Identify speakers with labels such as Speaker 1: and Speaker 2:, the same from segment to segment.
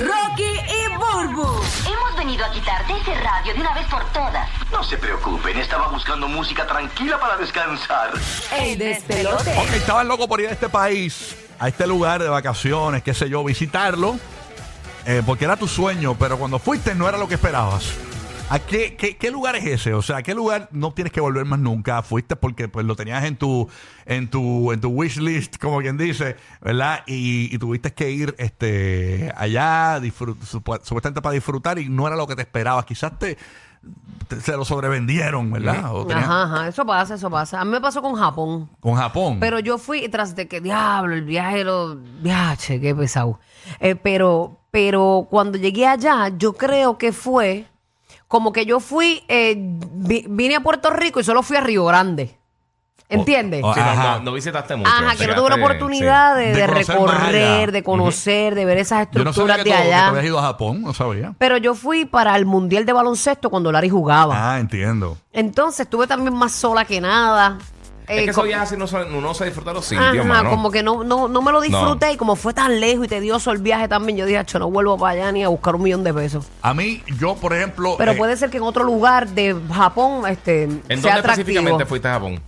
Speaker 1: Rocky y Burbu.
Speaker 2: Hemos venido a quitarte ese radio de una vez por todas.
Speaker 3: No se preocupen, estaba buscando música tranquila para descansar.
Speaker 1: El despelote.
Speaker 4: Ok, estaba loco por ir a este país, a este lugar de vacaciones, qué sé yo, visitarlo, eh, porque era tu sueño, pero cuando fuiste no era lo que esperabas. ¿A qué, qué, qué lugar es ese? O sea, ¿a qué lugar no tienes que volver más nunca? Fuiste porque pues, lo tenías en tu, en tu, en tu wish list, como quien dice, ¿verdad? Y, y tuviste que ir este, allá, disfrut- supu- supuestamente para disfrutar, y no era lo que te esperabas. Quizás te, te- se lo sobrevendieron, ¿verdad? O tenías-
Speaker 5: Ajá, ajá, eso pasa, eso pasa. A mí me pasó con Japón.
Speaker 4: Con Japón.
Speaker 5: Pero yo fui tras de que, diablo, el viaje, lo, viaje, qué pesado. Eh, pero, pero cuando llegué allá, yo creo que fue como que yo fui, eh, vi- vine a Puerto Rico y solo fui a Río Grande.
Speaker 4: Oh,
Speaker 5: ¿Entiendes?
Speaker 4: o-
Speaker 6: Sí, no,
Speaker 4: Ajá.
Speaker 6: no, no visitaste mucho.
Speaker 5: Ajá,
Speaker 6: Te
Speaker 5: que no tuve la
Speaker 6: quedaste-
Speaker 5: oportunidad de,
Speaker 4: De
Speaker 5: de
Speaker 4: conocer más allá.
Speaker 5: recorrer, de conocer, de ver esas
Speaker 4: Yo no
Speaker 5: estructuras
Speaker 4: sabía que,
Speaker 5: de
Speaker 4: tú- que tú
Speaker 5: allá.
Speaker 4: habías ido a Japón, no sabía.
Speaker 5: Pero yo fui para el Mundial de Baloncesto cuando Larry jugaba.
Speaker 4: Ah, entiendo.
Speaker 5: Entonces estuve también más sola que nada.
Speaker 6: Sí.
Speaker 5: Eh,
Speaker 6: Es que
Speaker 5: co-
Speaker 6: esos viajes así no, son- no se disfrutan los sitios,
Speaker 5: Ajá,
Speaker 6: mano.
Speaker 5: como que no, no, no me lo disfruté
Speaker 6: No.
Speaker 5: y como fue tan lejos y tedioso el viaje también, yo dije, "Acho, no vuelvo para allá ni a buscar un millón de pesos.
Speaker 4: A mí, yo, por ejemplo.
Speaker 5: Pero
Speaker 4: eh,
Speaker 5: puede ser que en otro lugar de Japón este,
Speaker 6: ¿En
Speaker 5: sea
Speaker 6: dónde
Speaker 5: atractivo.
Speaker 6: específicamente fuiste a Japón?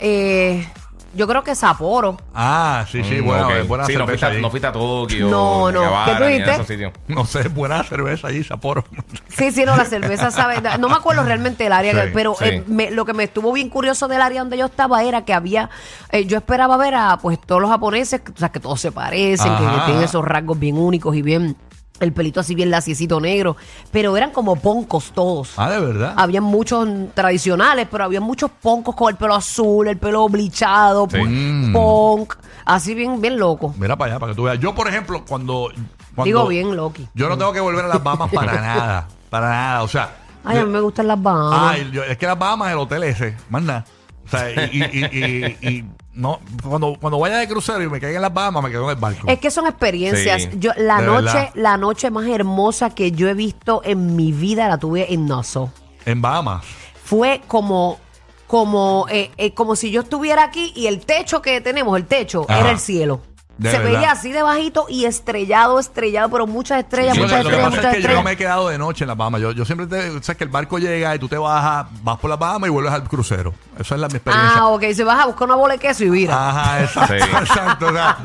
Speaker 5: Eh, yo creo que Sapporo.
Speaker 4: Ah, sí, sí,
Speaker 6: Mm,
Speaker 4: bueno,
Speaker 6: ok.
Speaker 4: es buena
Speaker 6: Sí, no fuiste,
Speaker 4: cerveza.
Speaker 6: a,
Speaker 4: allí.
Speaker 6: no fuiste a Tokio.
Speaker 5: No, no.
Speaker 6: Akihabara,
Speaker 5: ¿Qué tú
Speaker 6: ni a
Speaker 5: dijiste?
Speaker 6: esos sitios.
Speaker 4: No sé, buena cerveza allí, Sapporo.
Speaker 5: Sí, sí, no, la cerveza sabe. No me acuerdo realmente del área,
Speaker 4: Sí,
Speaker 5: pero
Speaker 6: sí.
Speaker 5: eh, me- lo que me estuvo bien curioso del área donde yo estaba era que había. eh, yo esperaba ver a pues todos los japoneses, que- o sea, que todos se parecen, que, que
Speaker 4: Ajá.
Speaker 5: tienen esos rasgos bien únicos y bien. El pelito así bien laciecito negro, pero eran como poncos todos.
Speaker 4: Ah, de verdad.
Speaker 5: Habían muchos tradicionales, pero había muchos poncos con el pelo azul, el pelo blichado,
Speaker 6: Sí.
Speaker 5: pon-
Speaker 4: Mm.
Speaker 5: punk, así bien, bien loco.
Speaker 4: Mira para allá, para que tú veas. Yo, por ejemplo, cuando. cuando-
Speaker 5: Digo bien, Loki.
Speaker 4: Yo no tengo que volver a las Bahamas para nada. Para nada, o sea.
Speaker 5: Ay, a mí me gustan las Bahamas.
Speaker 4: Ay, yo- es que las Bahamas, el hotel ese, más nada. O sea, y, y- y- y- y no, cuando, cuando vaya de crucero y me caiga en las Bahamas, me quedo en el barco.
Speaker 5: Es que son experiencias.
Speaker 6: Sí.
Speaker 5: Yo, la
Speaker 4: De
Speaker 5: noche,
Speaker 4: verdad.
Speaker 5: la noche más hermosa que yo he visto en mi vida la tuve en Nassau.
Speaker 4: En Bahamas.
Speaker 5: Fue como, como, eh, eh, como si yo estuviera aquí y el techo que tenemos, el techo,
Speaker 4: Ajá.
Speaker 5: era el cielo.
Speaker 4: De
Speaker 5: Se
Speaker 4: verdad.
Speaker 5: veía así de bajito y estrellado, estrellado, pero muchas estrellas,
Speaker 6: Sí,
Speaker 4: Yo,
Speaker 5: muchas
Speaker 4: lo
Speaker 6: sí,
Speaker 4: que
Speaker 5: estrellas,
Speaker 4: pasa es
Speaker 5: muchas
Speaker 4: que yo me
Speaker 5: estrellas.
Speaker 4: he quedado de noche en las Bahamas. Yo, yo siempre te. O sea, que el barco llega y tú te bajas, vas por las Bahamas y vuelves al crucero. Esa es la, mi experiencia.
Speaker 5: Ah, ok, se vas a buscar una bola de queso y
Speaker 6: Ah,
Speaker 5: vira.
Speaker 4: Ajá, exacto.
Speaker 6: Sí.
Speaker 4: exacto o, sea,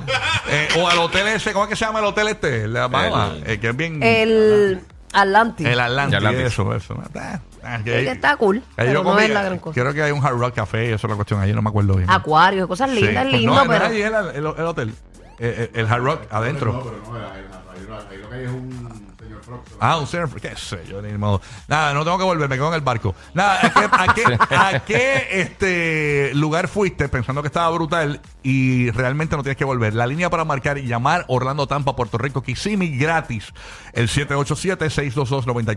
Speaker 4: eh, o al hotel ese, ¿cómo es que se llama el hotel este? El de las Bahamas.
Speaker 6: El-
Speaker 4: eh, que es bien.
Speaker 5: el Atlantic.
Speaker 4: el Atlantic,
Speaker 6: El Atlantic.
Speaker 4: Eso, eso. Ah, ah, que
Speaker 5: Sí,
Speaker 4: ahí-
Speaker 5: que está cool,
Speaker 4: ahí
Speaker 5: pero
Speaker 4: yo
Speaker 5: no
Speaker 4: comí,
Speaker 5: es la gran
Speaker 4: eh,
Speaker 5: cosa.
Speaker 4: Creo que hay un Hard Rock Café, eso es la cuestión. Ahí no me acuerdo bien.
Speaker 5: Acuarios, cosas
Speaker 4: Sí.
Speaker 5: lindas,
Speaker 4: No,
Speaker 5: lindo,
Speaker 4: no,
Speaker 5: pero.
Speaker 4: es ahí el, el- el hotel. Eh, eh, El, Hard Rock adentro.
Speaker 7: No, pero no, ahí, ahí, ahí lo que hay es un señor Frogs.
Speaker 4: Ah, un surf, qué sé yo, ni modo. Nada, no tengo que volver, me quedo en el barco. Nada, ¿a qué, a qué- a qué, este, lugar fuiste pensando que estaba brutal y realmente no tienes que volver? La línea para marcar y llamar Orlando Tampa, Puerto Rico, Kissimmee, gratis. El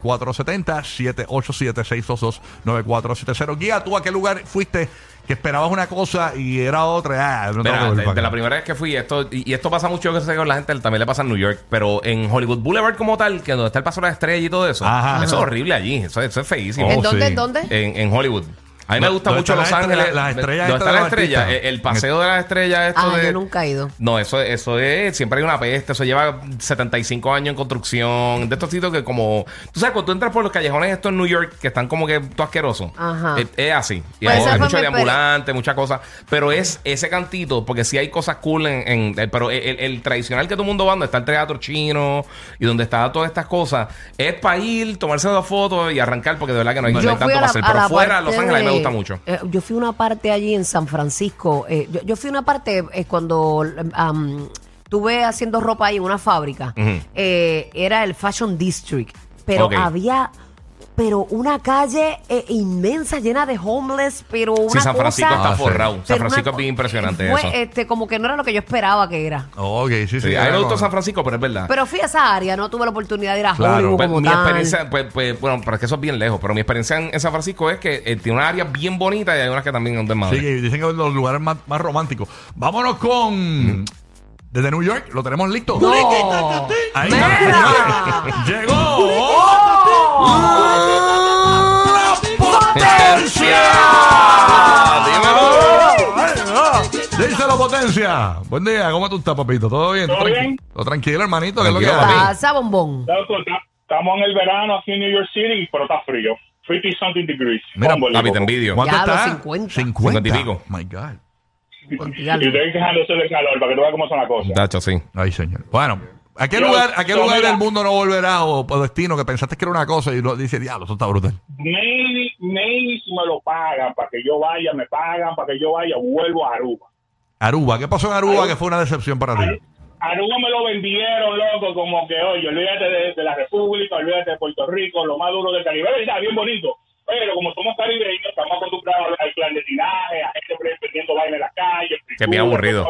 Speaker 4: 787-622-9470, 787-622-9470. Guía, ¿tú a qué lugar fuiste que esperabas una cosa y era otra? Ah, no tengo que
Speaker 6: Mira,
Speaker 4: volver
Speaker 6: de,
Speaker 4: para
Speaker 6: de la
Speaker 4: acá.
Speaker 6: primera vez que fui, esto, y, y esto pasa mucho, yo que sé que con la gente también le pasa en New York, pero en Hollywood Boulevard como tal, que donde está el paso de la estrella y todo eso,
Speaker 4: Ajá.
Speaker 6: eso es horrible allí, eso, eso es feísimo.
Speaker 4: Oh,
Speaker 5: ¿En dónde?
Speaker 4: sí.
Speaker 5: ¿En dónde?
Speaker 6: En, en Hollywood. A mí me
Speaker 4: ¿Dó-
Speaker 6: gusta
Speaker 4: dónde
Speaker 6: mucho
Speaker 4: están
Speaker 6: Los
Speaker 4: las
Speaker 6: Ángeles.
Speaker 4: estrellas- las estrellas
Speaker 6: ¿Dónde
Speaker 4: estas
Speaker 6: está
Speaker 4: de
Speaker 6: la
Speaker 4: los
Speaker 6: estrella?
Speaker 4: artistas?
Speaker 6: El, el paseo de las estrellas. Esto
Speaker 5: Ah,
Speaker 6: de-
Speaker 5: yo nunca he ido.
Speaker 6: No, eso, eso es. Siempre hay una peste. Eso lleva 75 años en construcción. De estos sitios que, como. Tú sabes, cuando tú entras por los callejones estos en New York, que están como que todo asqueroso.
Speaker 5: Ajá.
Speaker 6: Es, es así. Y
Speaker 5: Pues
Speaker 6: hay,
Speaker 5: esa
Speaker 6: hay
Speaker 5: fue
Speaker 6: mucho
Speaker 5: mi
Speaker 6: de
Speaker 5: experiencia.
Speaker 6: ambulante, muchas cosas. Pero es ese cantito, porque sí hay cosas cool. En, en- eh, pero el, el- el tradicional que todo el mundo va, donde está el teatro chino y donde está todas estas cosas, es para ir, tomarse dos fotos y arrancar, porque de verdad que no hay, no hay tanto para hacer. Pero fuera, Los
Speaker 5: parte
Speaker 6: Ángeles, me
Speaker 5: de-
Speaker 6: gusta mucho.
Speaker 5: eh, yo fui a una parte allí en San Francisco. eh, yo, yo fui a una parte eh, cuando am, estuve haciendo ropa ahí en una fábrica.
Speaker 6: Ujú.
Speaker 5: eh, era el Fashion District. Pero
Speaker 6: Ok.
Speaker 5: había pero una calle eh, inmensa llena de homeless, pero una
Speaker 6: Sí, San Francisco
Speaker 5: cosa-
Speaker 4: Ah,
Speaker 6: está
Speaker 4: sí.
Speaker 6: forrado.
Speaker 5: pero
Speaker 6: San Francisco
Speaker 5: una
Speaker 6: es
Speaker 5: co-
Speaker 6: bien impresionante
Speaker 5: fue,
Speaker 6: eso.
Speaker 5: este, como que no era lo que yo esperaba que era.
Speaker 4: Ok, sí, sí.
Speaker 6: Sí, a mí
Speaker 4: era
Speaker 6: me gustó
Speaker 4: como-
Speaker 6: San Francisco, pero es verdad.
Speaker 5: Pero fui a esa área, no tuve la oportunidad de ir a
Speaker 4: Claro.
Speaker 5: Hollywood
Speaker 6: Pues,
Speaker 5: como
Speaker 6: mi
Speaker 5: tal.
Speaker 6: experiencia, pues, pues, bueno, pero es que eso es bien lejos. Pero mi experiencia en, en San Francisco es que eh, tiene una área bien bonita y hay unas que también son de
Speaker 4: Sí,
Speaker 6: madre.
Speaker 4: que dicen que es los lugares más, más románticos. Vámonos con. Desde New York, lo tenemos listo.
Speaker 5: No.
Speaker 4: Ahí
Speaker 5: ah,
Speaker 4: está, señores. Llegó. ¡La potencia!
Speaker 6: ¡Dímelo!
Speaker 4: Díselo, Potencia. Buen día, ¿cómo tú estás, papito? ¿Todo bien?
Speaker 8: ¿Todo
Speaker 4: tranqui-
Speaker 8: bien?
Speaker 4: ¿Todo tranquilo, hermanito? ¿Qué es lo que
Speaker 6: Tranquilo,
Speaker 4: hay?
Speaker 6: papi.
Speaker 5: Pasa, bombón.
Speaker 8: Loco, ta- estamos en el verano aquí en New York City, pero está frío. 50 something degrees.
Speaker 4: Mira,
Speaker 8: Humble,
Speaker 6: Papi, te
Speaker 8: loco.
Speaker 6: envidio.
Speaker 4: ¿Cuánto
Speaker 5: Ya, los
Speaker 4: está?
Speaker 5: 50.
Speaker 4: 50
Speaker 6: 50 y pico.
Speaker 4: My God.
Speaker 8: Y estoy quejándose del calor para que tú veas cómo son las cosas.
Speaker 6: Tacho, sí.
Speaker 4: Ay, señor. Bueno, ¿a qué
Speaker 8: Yo,
Speaker 4: lugar, a qué
Speaker 8: yo,
Speaker 4: lugar
Speaker 8: mira.
Speaker 4: del mundo no volverás o, o destino que pensaste que era una cosa y lo, dice, diablo, eso está brutal?
Speaker 8: Maybe, maybe si me lo pagan para que yo vaya, me pagan para que yo vaya, vuelvo a Aruba.
Speaker 4: Aruba. ¿Qué pasó en Aruba, que fue una decepción para ti?
Speaker 8: Aruba me lo vendieron, loco, como que, oye, olvídate de, de la República, olvídate de Puerto Rico, lo más duro del Caribe, está bien bonito. Pero como somos caribeños, estamos acostumbrados al- al clandestinaje, a gente pre- vendiendo vaina en las calles.
Speaker 6: Qué bien aburrido.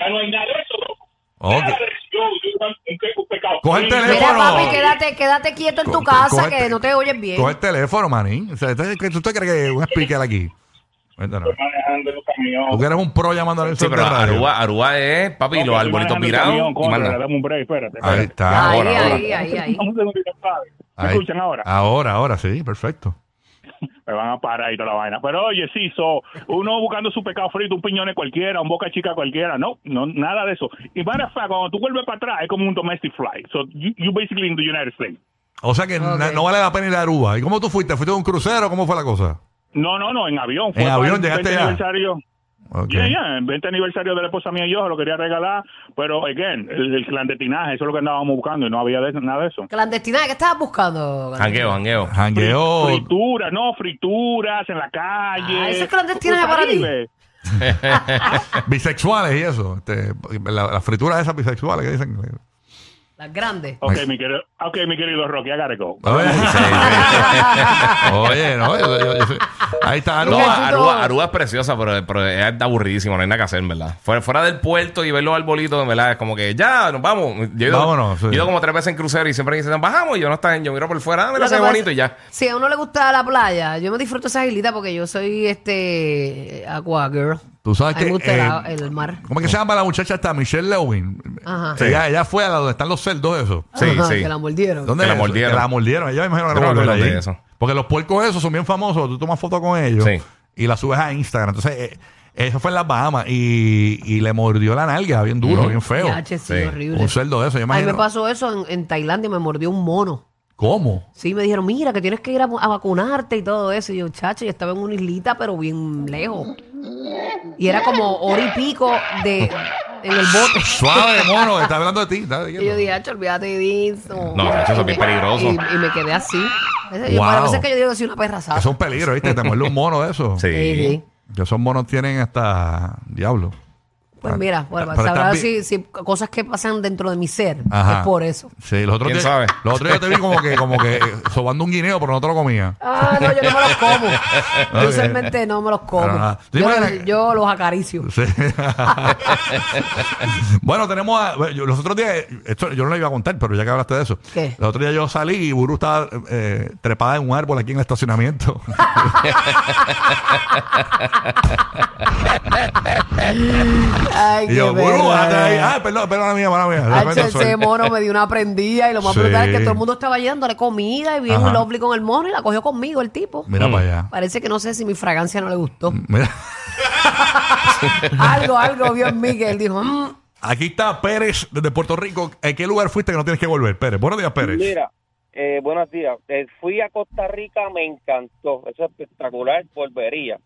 Speaker 8: Ya no hay nada de eso, loco.
Speaker 4: Ok.
Speaker 8: Nada de eso. Yo, yo, un, un pecado.
Speaker 4: Coge el
Speaker 5: Mira,
Speaker 4: teléfono.
Speaker 5: papi, quédate, quédate quieto en
Speaker 4: Co-
Speaker 5: tu
Speaker 4: co-
Speaker 5: casa
Speaker 6: este.
Speaker 4: coge
Speaker 5: que
Speaker 4: el-
Speaker 5: no te oyes bien.
Speaker 4: Coge el teléfono, manín. O sea, ¿tú, tú te crees que es un speaker aquí? Cuéntanos.
Speaker 8: Estoy manejando los camiones.
Speaker 4: Tú que eres un pro llamándole el
Speaker 6: Sí,
Speaker 4: sol
Speaker 6: pero
Speaker 4: de radio.
Speaker 6: Aruba, Aruba es, papi, los
Speaker 8: Estoy
Speaker 6: arbolitos
Speaker 8: manejando el
Speaker 6: virados.
Speaker 8: camión,
Speaker 6: y
Speaker 8: contra,
Speaker 6: manda.
Speaker 8: Dame un break, espérate.
Speaker 4: Ahí
Speaker 8: espérate.
Speaker 4: está.
Speaker 5: Ahí,
Speaker 4: ahora, ahora.
Speaker 5: ahí, ahí, ahí.
Speaker 8: Un segundito, padre. ¿Me
Speaker 4: Ahí.
Speaker 8: escuchan ahora?
Speaker 4: Ahora, ahora, sí, perfecto.
Speaker 8: me van a parar y toda la vaina. Pero oye, sí, so, uno buscando su pecado frito, un piñón cualquiera, un boca chica cualquiera, no, no, nada de eso. Y matter of fact, cuando tú vuelves para atrás, es como un domestic flight. So, you, you basically in the United States.
Speaker 4: O sea que
Speaker 5: Ok.
Speaker 4: na- no vale la pena ir a Aruba. ¿Y cómo tú fuiste? ¿Fuiste de un crucero? ¿Cómo fue la cosa?
Speaker 8: No, no, no, en avión.
Speaker 4: En avión
Speaker 8: para el
Speaker 4: llegaste ya.
Speaker 8: aniversario.
Speaker 4: Ok.
Speaker 8: Yeah, yeah, el 20 aniversario de la esposa mía y yo, se lo quería regalar, pero, again, el, el clandestinaje, eso es lo que andábamos buscando y no había de- nada de eso.
Speaker 5: Clandestina, ¿qué estabas buscando?
Speaker 6: Jangueo, jangueo.
Speaker 4: Jangueo.
Speaker 8: Frituras, no, frituras en la calle.
Speaker 5: Ah, eso es clandestinaje para ti.
Speaker 8: Caribe.
Speaker 4: bisexuales y eso. Este, la, la fritura de esas bisexuales que dicen.
Speaker 5: Las grandes.
Speaker 8: Ok, mi querido, okay, mi querido Rocky, I gotta go.
Speaker 4: Oye, Oye, no, yo- yo- yo soy- ahí está
Speaker 6: Ah, No,
Speaker 4: Aruba.
Speaker 6: Aruba, Aruba es preciosa, pero, pero es aburridísimo, no hay nada que hacer, en ¿verdad? Fuera, fuera del puerto y ver los arbolitos, en verdad, es como que ya, nos vamos. Yo he ido-
Speaker 4: Vámonos, sí.
Speaker 6: Yo he ido como tres veces en crucero y siempre me dicen, bajamos, y yo no estaba en, yo miro por fuera, ah,
Speaker 5: Lo
Speaker 6: mira,
Speaker 5: que
Speaker 6: se ve
Speaker 5: pasa-
Speaker 6: bonito y ya.
Speaker 5: Si a uno le gusta la playa, yo me disfruto esa islitas porque yo soy este aqua girl.
Speaker 4: Tú sabes
Speaker 5: A mí
Speaker 4: que,
Speaker 5: me gusta la-
Speaker 4: eh,
Speaker 5: el mar.
Speaker 4: ¿Cómo es que se llama la muchacha esta? Michelle Lewin.
Speaker 5: Ajá.
Speaker 4: Sí, Ella, ella fue a la donde están los cerdos, eso.
Speaker 6: Sí,
Speaker 5: Ajá,
Speaker 6: sí.
Speaker 5: Que la mordieron.
Speaker 4: ¿Dónde
Speaker 6: Que la
Speaker 4: es eso?
Speaker 6: mordieron.
Speaker 4: Que la mordieron. Ella me imagino que
Speaker 6: Yo no
Speaker 4: la
Speaker 6: me
Speaker 4: mordieron
Speaker 6: acuerdo
Speaker 4: allí.
Speaker 6: de eso.
Speaker 4: Porque los puercos esos son bien famosos. Tú tomas fotos con ellos
Speaker 6: Sí.
Speaker 4: y la subes a Instagram. Entonces, eh, eso fue en las Bahamas y, y le mordió la nalga bien duro, bien feo.
Speaker 5: Ya, che, sí,
Speaker 6: Sí.
Speaker 5: horrible.
Speaker 4: Un cerdo de eso, yo
Speaker 5: A mí
Speaker 4: imagino.
Speaker 5: me pasó eso en, en Tailandia, me mordió un mono.
Speaker 4: ¿Cómo?
Speaker 5: Sí, me dijeron, mira, que tienes que ir a, a vacunarte y todo eso. Y yo, chacho, yo estaba en una islita, pero bien lejos. Y era como hora y pico de, en el bote.
Speaker 4: Suave, mono, está hablando de ti. está
Speaker 5: Y yo
Speaker 4: diciendo.
Speaker 5: dije, "Acho, olvídate de eso.
Speaker 6: No, chacho, eso es bien peligroso.
Speaker 5: Y, y me quedé así. Yo,
Speaker 4: Wow.
Speaker 5: A veces que yo digo, soy una perra
Speaker 4: Que
Speaker 5: santa.
Speaker 4: son peligros, ¿viste? Te muerde un mono de eso.
Speaker 6: Sí.
Speaker 5: Sí, sí.
Speaker 4: Que esos monos tienen hasta diablo.
Speaker 5: Pues mira, bueno,
Speaker 4: Pero
Speaker 5: sabrá
Speaker 4: estás bien.
Speaker 5: si, si cosas que pasan dentro de mi ser.
Speaker 4: Ajá.
Speaker 5: Es por eso.
Speaker 4: Sí, los otros
Speaker 6: ¿Quién
Speaker 4: días-
Speaker 6: sabe?
Speaker 4: Los otros días te vi como que, como que sobando un guineo, pero no te lo comía.
Speaker 5: Ah, no, yo no me los como.
Speaker 4: Ok.
Speaker 5: Yo Usualmente no me los como.
Speaker 4: Ajá. ¿Tú
Speaker 5: Yo,
Speaker 4: imaginas-
Speaker 5: yo los acaricio.
Speaker 4: Sí. bueno, tenemos a, bueno, yo- los otros días, esto yo no le iba a contar, pero ya que hablaste de eso.
Speaker 5: ¿Qué?
Speaker 4: Los otros días yo salí y Buru estaba eh, trepada en un árbol aquí en el estacionamiento.
Speaker 5: Ay,
Speaker 4: y
Speaker 5: qué
Speaker 4: yo, Buru,
Speaker 5: perra.
Speaker 4: bájate ahí. Ah, perdón, perdón, mía, mala mía.
Speaker 5: Hacho,
Speaker 4: Realmente soy-
Speaker 5: ese mono me dio una prendida y lo más
Speaker 4: Sí.
Speaker 5: brutal es que todo el mundo estaba ahí dándole comida y bien
Speaker 4: Ajá.
Speaker 5: lovely con el mono y la cogió conmigo el tipo.
Speaker 4: Mira para allá.
Speaker 5: Parece que no sé si mi fragancia no le gustó.
Speaker 4: Mira.
Speaker 5: algo, algo vio en mí que él dijo, "Mm".
Speaker 4: Aquí está Pérez desde Puerto Rico. ¿En qué lugar fuiste que no tienes que volver? Pérez, buenos días, Pérez.
Speaker 9: Mira, eh, buenos días. Eh, fui a Costa Rica, me encantó. Eso es espectacular, volvería.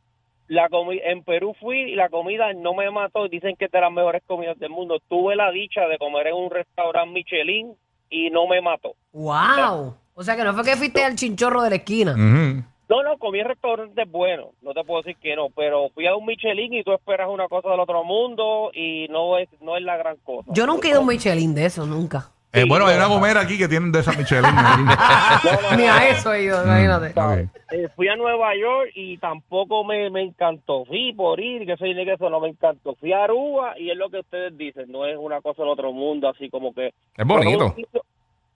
Speaker 9: La comi- en Perú fui y la comida no me mató. Dicen que es de las mejores comidas del mundo. Tuve la dicha de comer en un restaurante Michelin y no me mató.
Speaker 5: wow. O sea que no fue que fuiste al chinchorro de la esquina.
Speaker 4: Ujú.
Speaker 9: No, no, comí en restaurantes buenos. No te puedo decir que no, pero fui a un Michelin y tú esperas una cosa del otro mundo y no es no es la gran cosa.
Speaker 5: Yo nunca he ido a un Michelin de eso, nunca.
Speaker 4: Eh,
Speaker 9: Sí,
Speaker 4: bueno, hay
Speaker 9: no.
Speaker 4: una gomera aquí que tienen de esas Michelin. aquí.
Speaker 9: No, no, no.
Speaker 5: Ni a eso he ido,
Speaker 4: Mm.
Speaker 5: imagínate.
Speaker 9: ¿sabes?
Speaker 4: Ok.
Speaker 9: Eh, fui a Nueva York y tampoco me, me encantó. Fui por ir, que soy que eso no me encantó. Fui a Aruba y es lo que ustedes dicen, no es una cosa del otro mundo, así como que...
Speaker 6: Es bonito.
Speaker 9: Pero un sitio-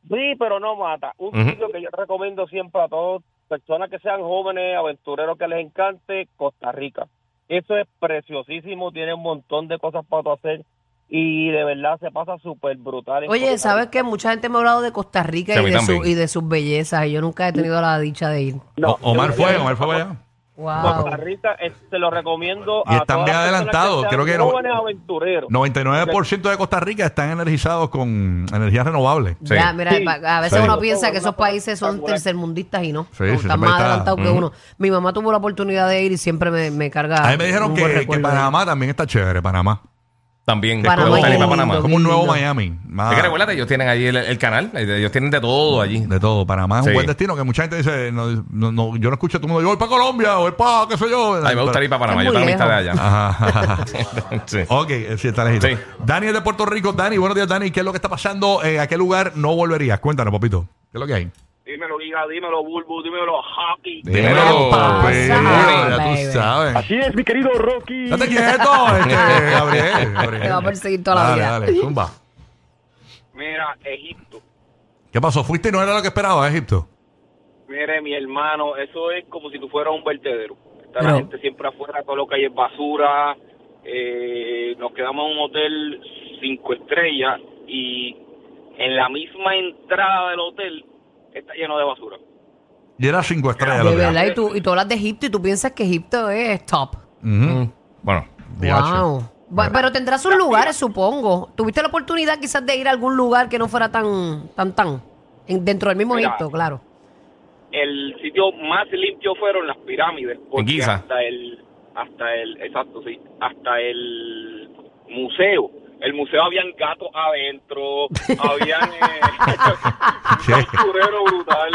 Speaker 9: sí, pero no mata. Un
Speaker 6: Ujú.
Speaker 9: sitio que yo recomiendo siempre a todos, personas que sean jóvenes, aventureros que les encante, Costa Rica. Eso es preciosísimo, tiene un montón de cosas para tú hacer y de verdad se pasa súper brutal. en
Speaker 5: Oye,
Speaker 9: Costa
Speaker 5: ¿sabes
Speaker 9: Rica.
Speaker 5: que Mucha gente me ha hablado de Costa Rica
Speaker 6: Sí, a
Speaker 5: y
Speaker 6: mí
Speaker 5: de, su-
Speaker 6: también.
Speaker 5: y de sus bellezas y yo nunca he tenido la dicha de ir.
Speaker 9: No,
Speaker 4: O- Omar
Speaker 9: yo-
Speaker 4: fue, Omar fue para allá.
Speaker 5: Wow.
Speaker 9: Costa Rica, eh, se lo recomiendo
Speaker 4: Y
Speaker 9: a
Speaker 4: están
Speaker 9: todas
Speaker 4: bien
Speaker 9: las personas
Speaker 4: adelantados,
Speaker 9: sean
Speaker 4: creo que no-
Speaker 9: jóvenes aventureros.
Speaker 4: 99% de Costa Rica están energizados con energías renovables.
Speaker 6: Sí.
Speaker 5: Ya, mira,
Speaker 9: Sí.
Speaker 5: a veces
Speaker 4: Sí.
Speaker 5: uno piensa que esos
Speaker 9: Una
Speaker 5: países son
Speaker 9: espectacular.
Speaker 5: tercermundistas y no.
Speaker 4: Sí,
Speaker 5: No,
Speaker 4: sí,
Speaker 5: están
Speaker 4: siempre
Speaker 5: más
Speaker 4: está-
Speaker 5: adelantados que
Speaker 4: Ujú.
Speaker 5: uno. Mi mamá tuvo la oportunidad de ir y siempre me, me carga.
Speaker 4: A mí me dijeron
Speaker 5: Ah, un buen
Speaker 4: que, que
Speaker 5: recuerdo.
Speaker 4: Panamá también está chévere, Panamá.
Speaker 6: También.
Speaker 5: Panamá
Speaker 6: Me gusta ir
Speaker 5: es
Speaker 6: para
Speaker 5: lindo.
Speaker 6: Panamá.
Speaker 4: Como un nuevo
Speaker 5: lindo.
Speaker 4: Miami. más-
Speaker 6: Es que recuérdate, ellos tienen allí el, el canal. Ellos tienen de todo allí.
Speaker 4: Ah. Mm. De todo, Panamá es
Speaker 6: Sí.
Speaker 4: un buen destino que mucha gente dice, no, no, no, yo no escucho a todo el mundo, yo voy para Colombia, voy para, qué sé yo.
Speaker 6: A mí me gustaría ir para Panamá.
Speaker 5: Es
Speaker 6: Yo
Speaker 5: muy
Speaker 6: también está de allá.
Speaker 4: Ajá.
Speaker 6: Sí.
Speaker 4: ok, eh, sí, está elegido.
Speaker 6: Sí.
Speaker 4: Dani es de Puerto Rico. Dani, buenos días, Dani. ¿Qué es lo que está pasando? Eh, ¿A qué lugar no volverías? Cuéntanos, papito. ¿Qué es lo que hay?
Speaker 8: Dímelo, hija, dímelo, Bulbu, dímelo, Happy.
Speaker 6: Dímelo,
Speaker 4: papito,
Speaker 5: pasa,
Speaker 4: Ya
Speaker 5: baby.
Speaker 4: tú sabes.
Speaker 10: Así es, mi querido Rocky.
Speaker 4: Date quieto, este, Gabriel. Gabriel.
Speaker 5: Te va a perseguir toda la
Speaker 4: Dale,
Speaker 5: vida.
Speaker 4: Dale, zumba.
Speaker 9: Mira, Egipto.
Speaker 4: ¿Qué pasó? ¿Fuiste y no era lo que esperaba, Egipto?
Speaker 9: Mire, mi hermano, eso es como si tú fueras un vertedero. Está
Speaker 5: No.
Speaker 9: la gente siempre afuera, todo lo que hay es basura. Eh, nos quedamos en un hotel cinco estrellas y en la misma entrada del hotel está lleno de basura.
Speaker 4: Y era cinco estrellas lo
Speaker 5: De
Speaker 4: que era.
Speaker 5: verdad, y tú, y tú hablas de Egipto y tú piensas que Egipto es top.
Speaker 4: Ujú.
Speaker 6: Mm. Bueno.
Speaker 4: Diache.
Speaker 5: Wow. Bu- Pero tendrás sus lugares, supongo. ¿Tuviste la oportunidad quizás de ir a algún lugar que no fuera tan, tan, tan? En- dentro del mismo
Speaker 9: Mira.
Speaker 5: Egipto, claro.
Speaker 9: El sitio más limpio fueron las pirámides. Porque
Speaker 6: Giza.
Speaker 9: Hasta el, hasta el, exacto, sí, hasta el museo. El museo habían gatos adentro, habían eh,
Speaker 4: Sí.
Speaker 9: un basurero brutal.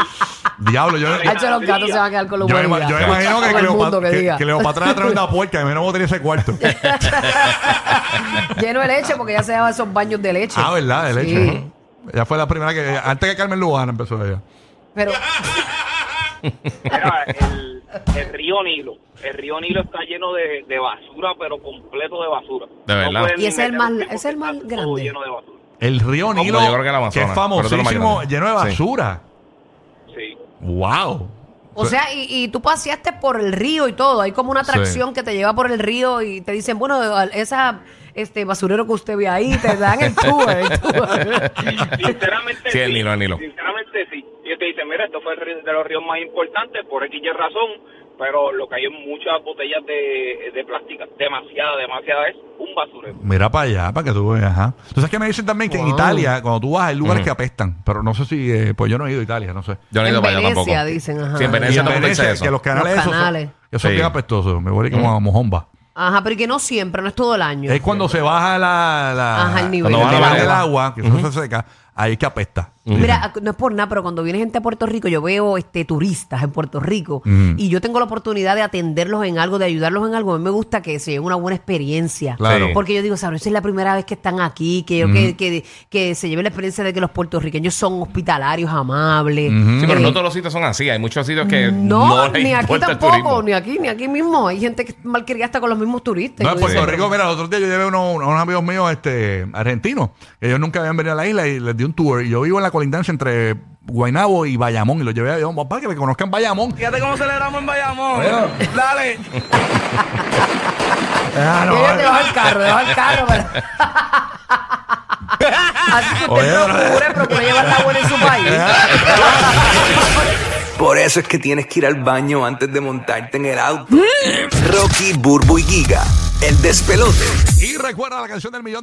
Speaker 4: Diablo, yo,
Speaker 5: Ha hecho los gatos se van a quedar con la
Speaker 4: yo, ima-
Speaker 5: humanidad.
Speaker 4: yo imagino que
Speaker 5: Todo el mundo
Speaker 4: Cleopatra,
Speaker 5: que
Speaker 4: que,
Speaker 5: diga.
Speaker 4: que Cleopatra era tremenda puerca. A mí no me botaría ese cuarto.
Speaker 5: Lleno de leche porque ya se daba esos baños de leche.
Speaker 4: ah, ¿verdad? De leche.
Speaker 5: Sí.
Speaker 4: Ella fue la primera que... Antes que Carmen Luján empezó ella.
Speaker 5: Pero
Speaker 9: Mira, el, el río Nilo. El río Nilo está lleno de, de basura, pero completo de basura.
Speaker 6: De verdad.
Speaker 9: pueden
Speaker 5: Y
Speaker 9: ni
Speaker 5: ese es el
Speaker 9: meter
Speaker 5: más-
Speaker 9: un pie porque
Speaker 5: ese es el
Speaker 9: está
Speaker 5: más
Speaker 9: todo
Speaker 5: grande.
Speaker 9: lleno de basura.
Speaker 4: El río
Speaker 6: Hombre,
Speaker 4: Nilo,
Speaker 6: yo creo que el Amazonas,
Speaker 4: es
Speaker 6: pero eso es lo
Speaker 4: famosísimo,
Speaker 6: más grande.
Speaker 4: lleno de
Speaker 6: Sí.
Speaker 4: basura.
Speaker 9: Sí.
Speaker 4: ¡Wow!
Speaker 5: O sea, y, y tú paseaste por el río y todo. Hay como una
Speaker 4: Sí.
Speaker 5: atracción que te lleva por el río y te dicen, bueno, al- esa este basurero que usted ve ahí, te dan el tour. el tour.
Speaker 9: Sinceramente,
Speaker 6: Sí, el Nilo, el Nilo.
Speaker 9: Sinceramente, sí. Y te dicen, mira, esto fue el río- de los ríos más importantes por X y razón, pero lo que hay en muchas botellas de, de plástica, demasiada, demasiada, es un basurero.
Speaker 4: Mira para allá, para que tú veas. ajá. Tú sabes que me dicen también que en
Speaker 5: Wow.
Speaker 4: Italia, cuando tú vas, hay lugares
Speaker 6: Ujú.
Speaker 4: que apestan. Pero no sé si... eh, pues yo no he ido a Italia, no sé.
Speaker 6: Yo no he
Speaker 5: En
Speaker 6: ido para allá
Speaker 5: Venecia,
Speaker 6: tampoco.
Speaker 5: dicen, ajá.
Speaker 6: Sí, en
Speaker 4: Y
Speaker 6: Venecia
Speaker 4: en
Speaker 6: todo el mundo dice
Speaker 4: Venecia,
Speaker 6: eso.
Speaker 4: que los canales, Mm.
Speaker 5: Los
Speaker 4: esos son-
Speaker 5: canales.
Speaker 4: esos son
Speaker 6: Sí.
Speaker 4: bien apestosos. Me huele como a mojomba.
Speaker 5: Ajá, pero que no siempre, no es todo el año.
Speaker 4: Es cuando se baja la, la-
Speaker 5: Ajá, el nivel.
Speaker 4: cuando
Speaker 5: Cuando baja
Speaker 4: baja
Speaker 5: la
Speaker 4: el
Speaker 6: marea.
Speaker 4: agua, que eso se seca, ahí es que apesta.
Speaker 5: Mira, no es por nada, pero cuando viene gente a Puerto Rico, yo veo este turistas en Puerto Rico
Speaker 4: Mm.
Speaker 5: y yo tengo la oportunidad de atenderlos en algo, de ayudarlos en algo. A mí me gusta que se lleve una buena experiencia.
Speaker 4: Claro.
Speaker 5: Porque yo digo, ¿sabes? Esa es la primera vez que están aquí, que, yo- que, que- que se lleve la experiencia de que los puertorriqueños son hospitalarios, amables.
Speaker 6: Sí, pero
Speaker 5: Eh,
Speaker 6: no todos los sitios son así. Hay muchos sitios que
Speaker 5: Mm, no,
Speaker 6: no, les
Speaker 5: ni aquí
Speaker 6: importa el
Speaker 5: tampoco,
Speaker 6: turismo.
Speaker 5: ni aquí, ni aquí mismo. Hay gente que es malcriada hasta con los mismos turistas.
Speaker 4: No,
Speaker 5: Y
Speaker 4: en
Speaker 6: pues,
Speaker 5: yo
Speaker 4: Puerto
Speaker 5: digo,
Speaker 4: Rico, mira, el otro día yo llevé uno- unos amigos míos este, argentinos, que ellos nunca habían venido a la isla y les di un tour. Y yo vivo en la colindancia entre Guaynabo y Bayamón. Y los llevé a Bayamón, "Papá, que me conozcan Bayamón.
Speaker 8: Fíjate cómo celebramos en Bayamón. Dale.
Speaker 4: Ah,
Speaker 5: "Yo ya te
Speaker 4: no,
Speaker 5: bajo el carro, te bajo el carro. pero-". Así que usted
Speaker 4: Oye,
Speaker 5: procure, procure llevarla buena en su país.
Speaker 11: Por eso es que tienes que ir al baño antes de montarte en el auto. Rocky, Burbu y Giga, el despelote.
Speaker 4: Y recuerda la canción del millón de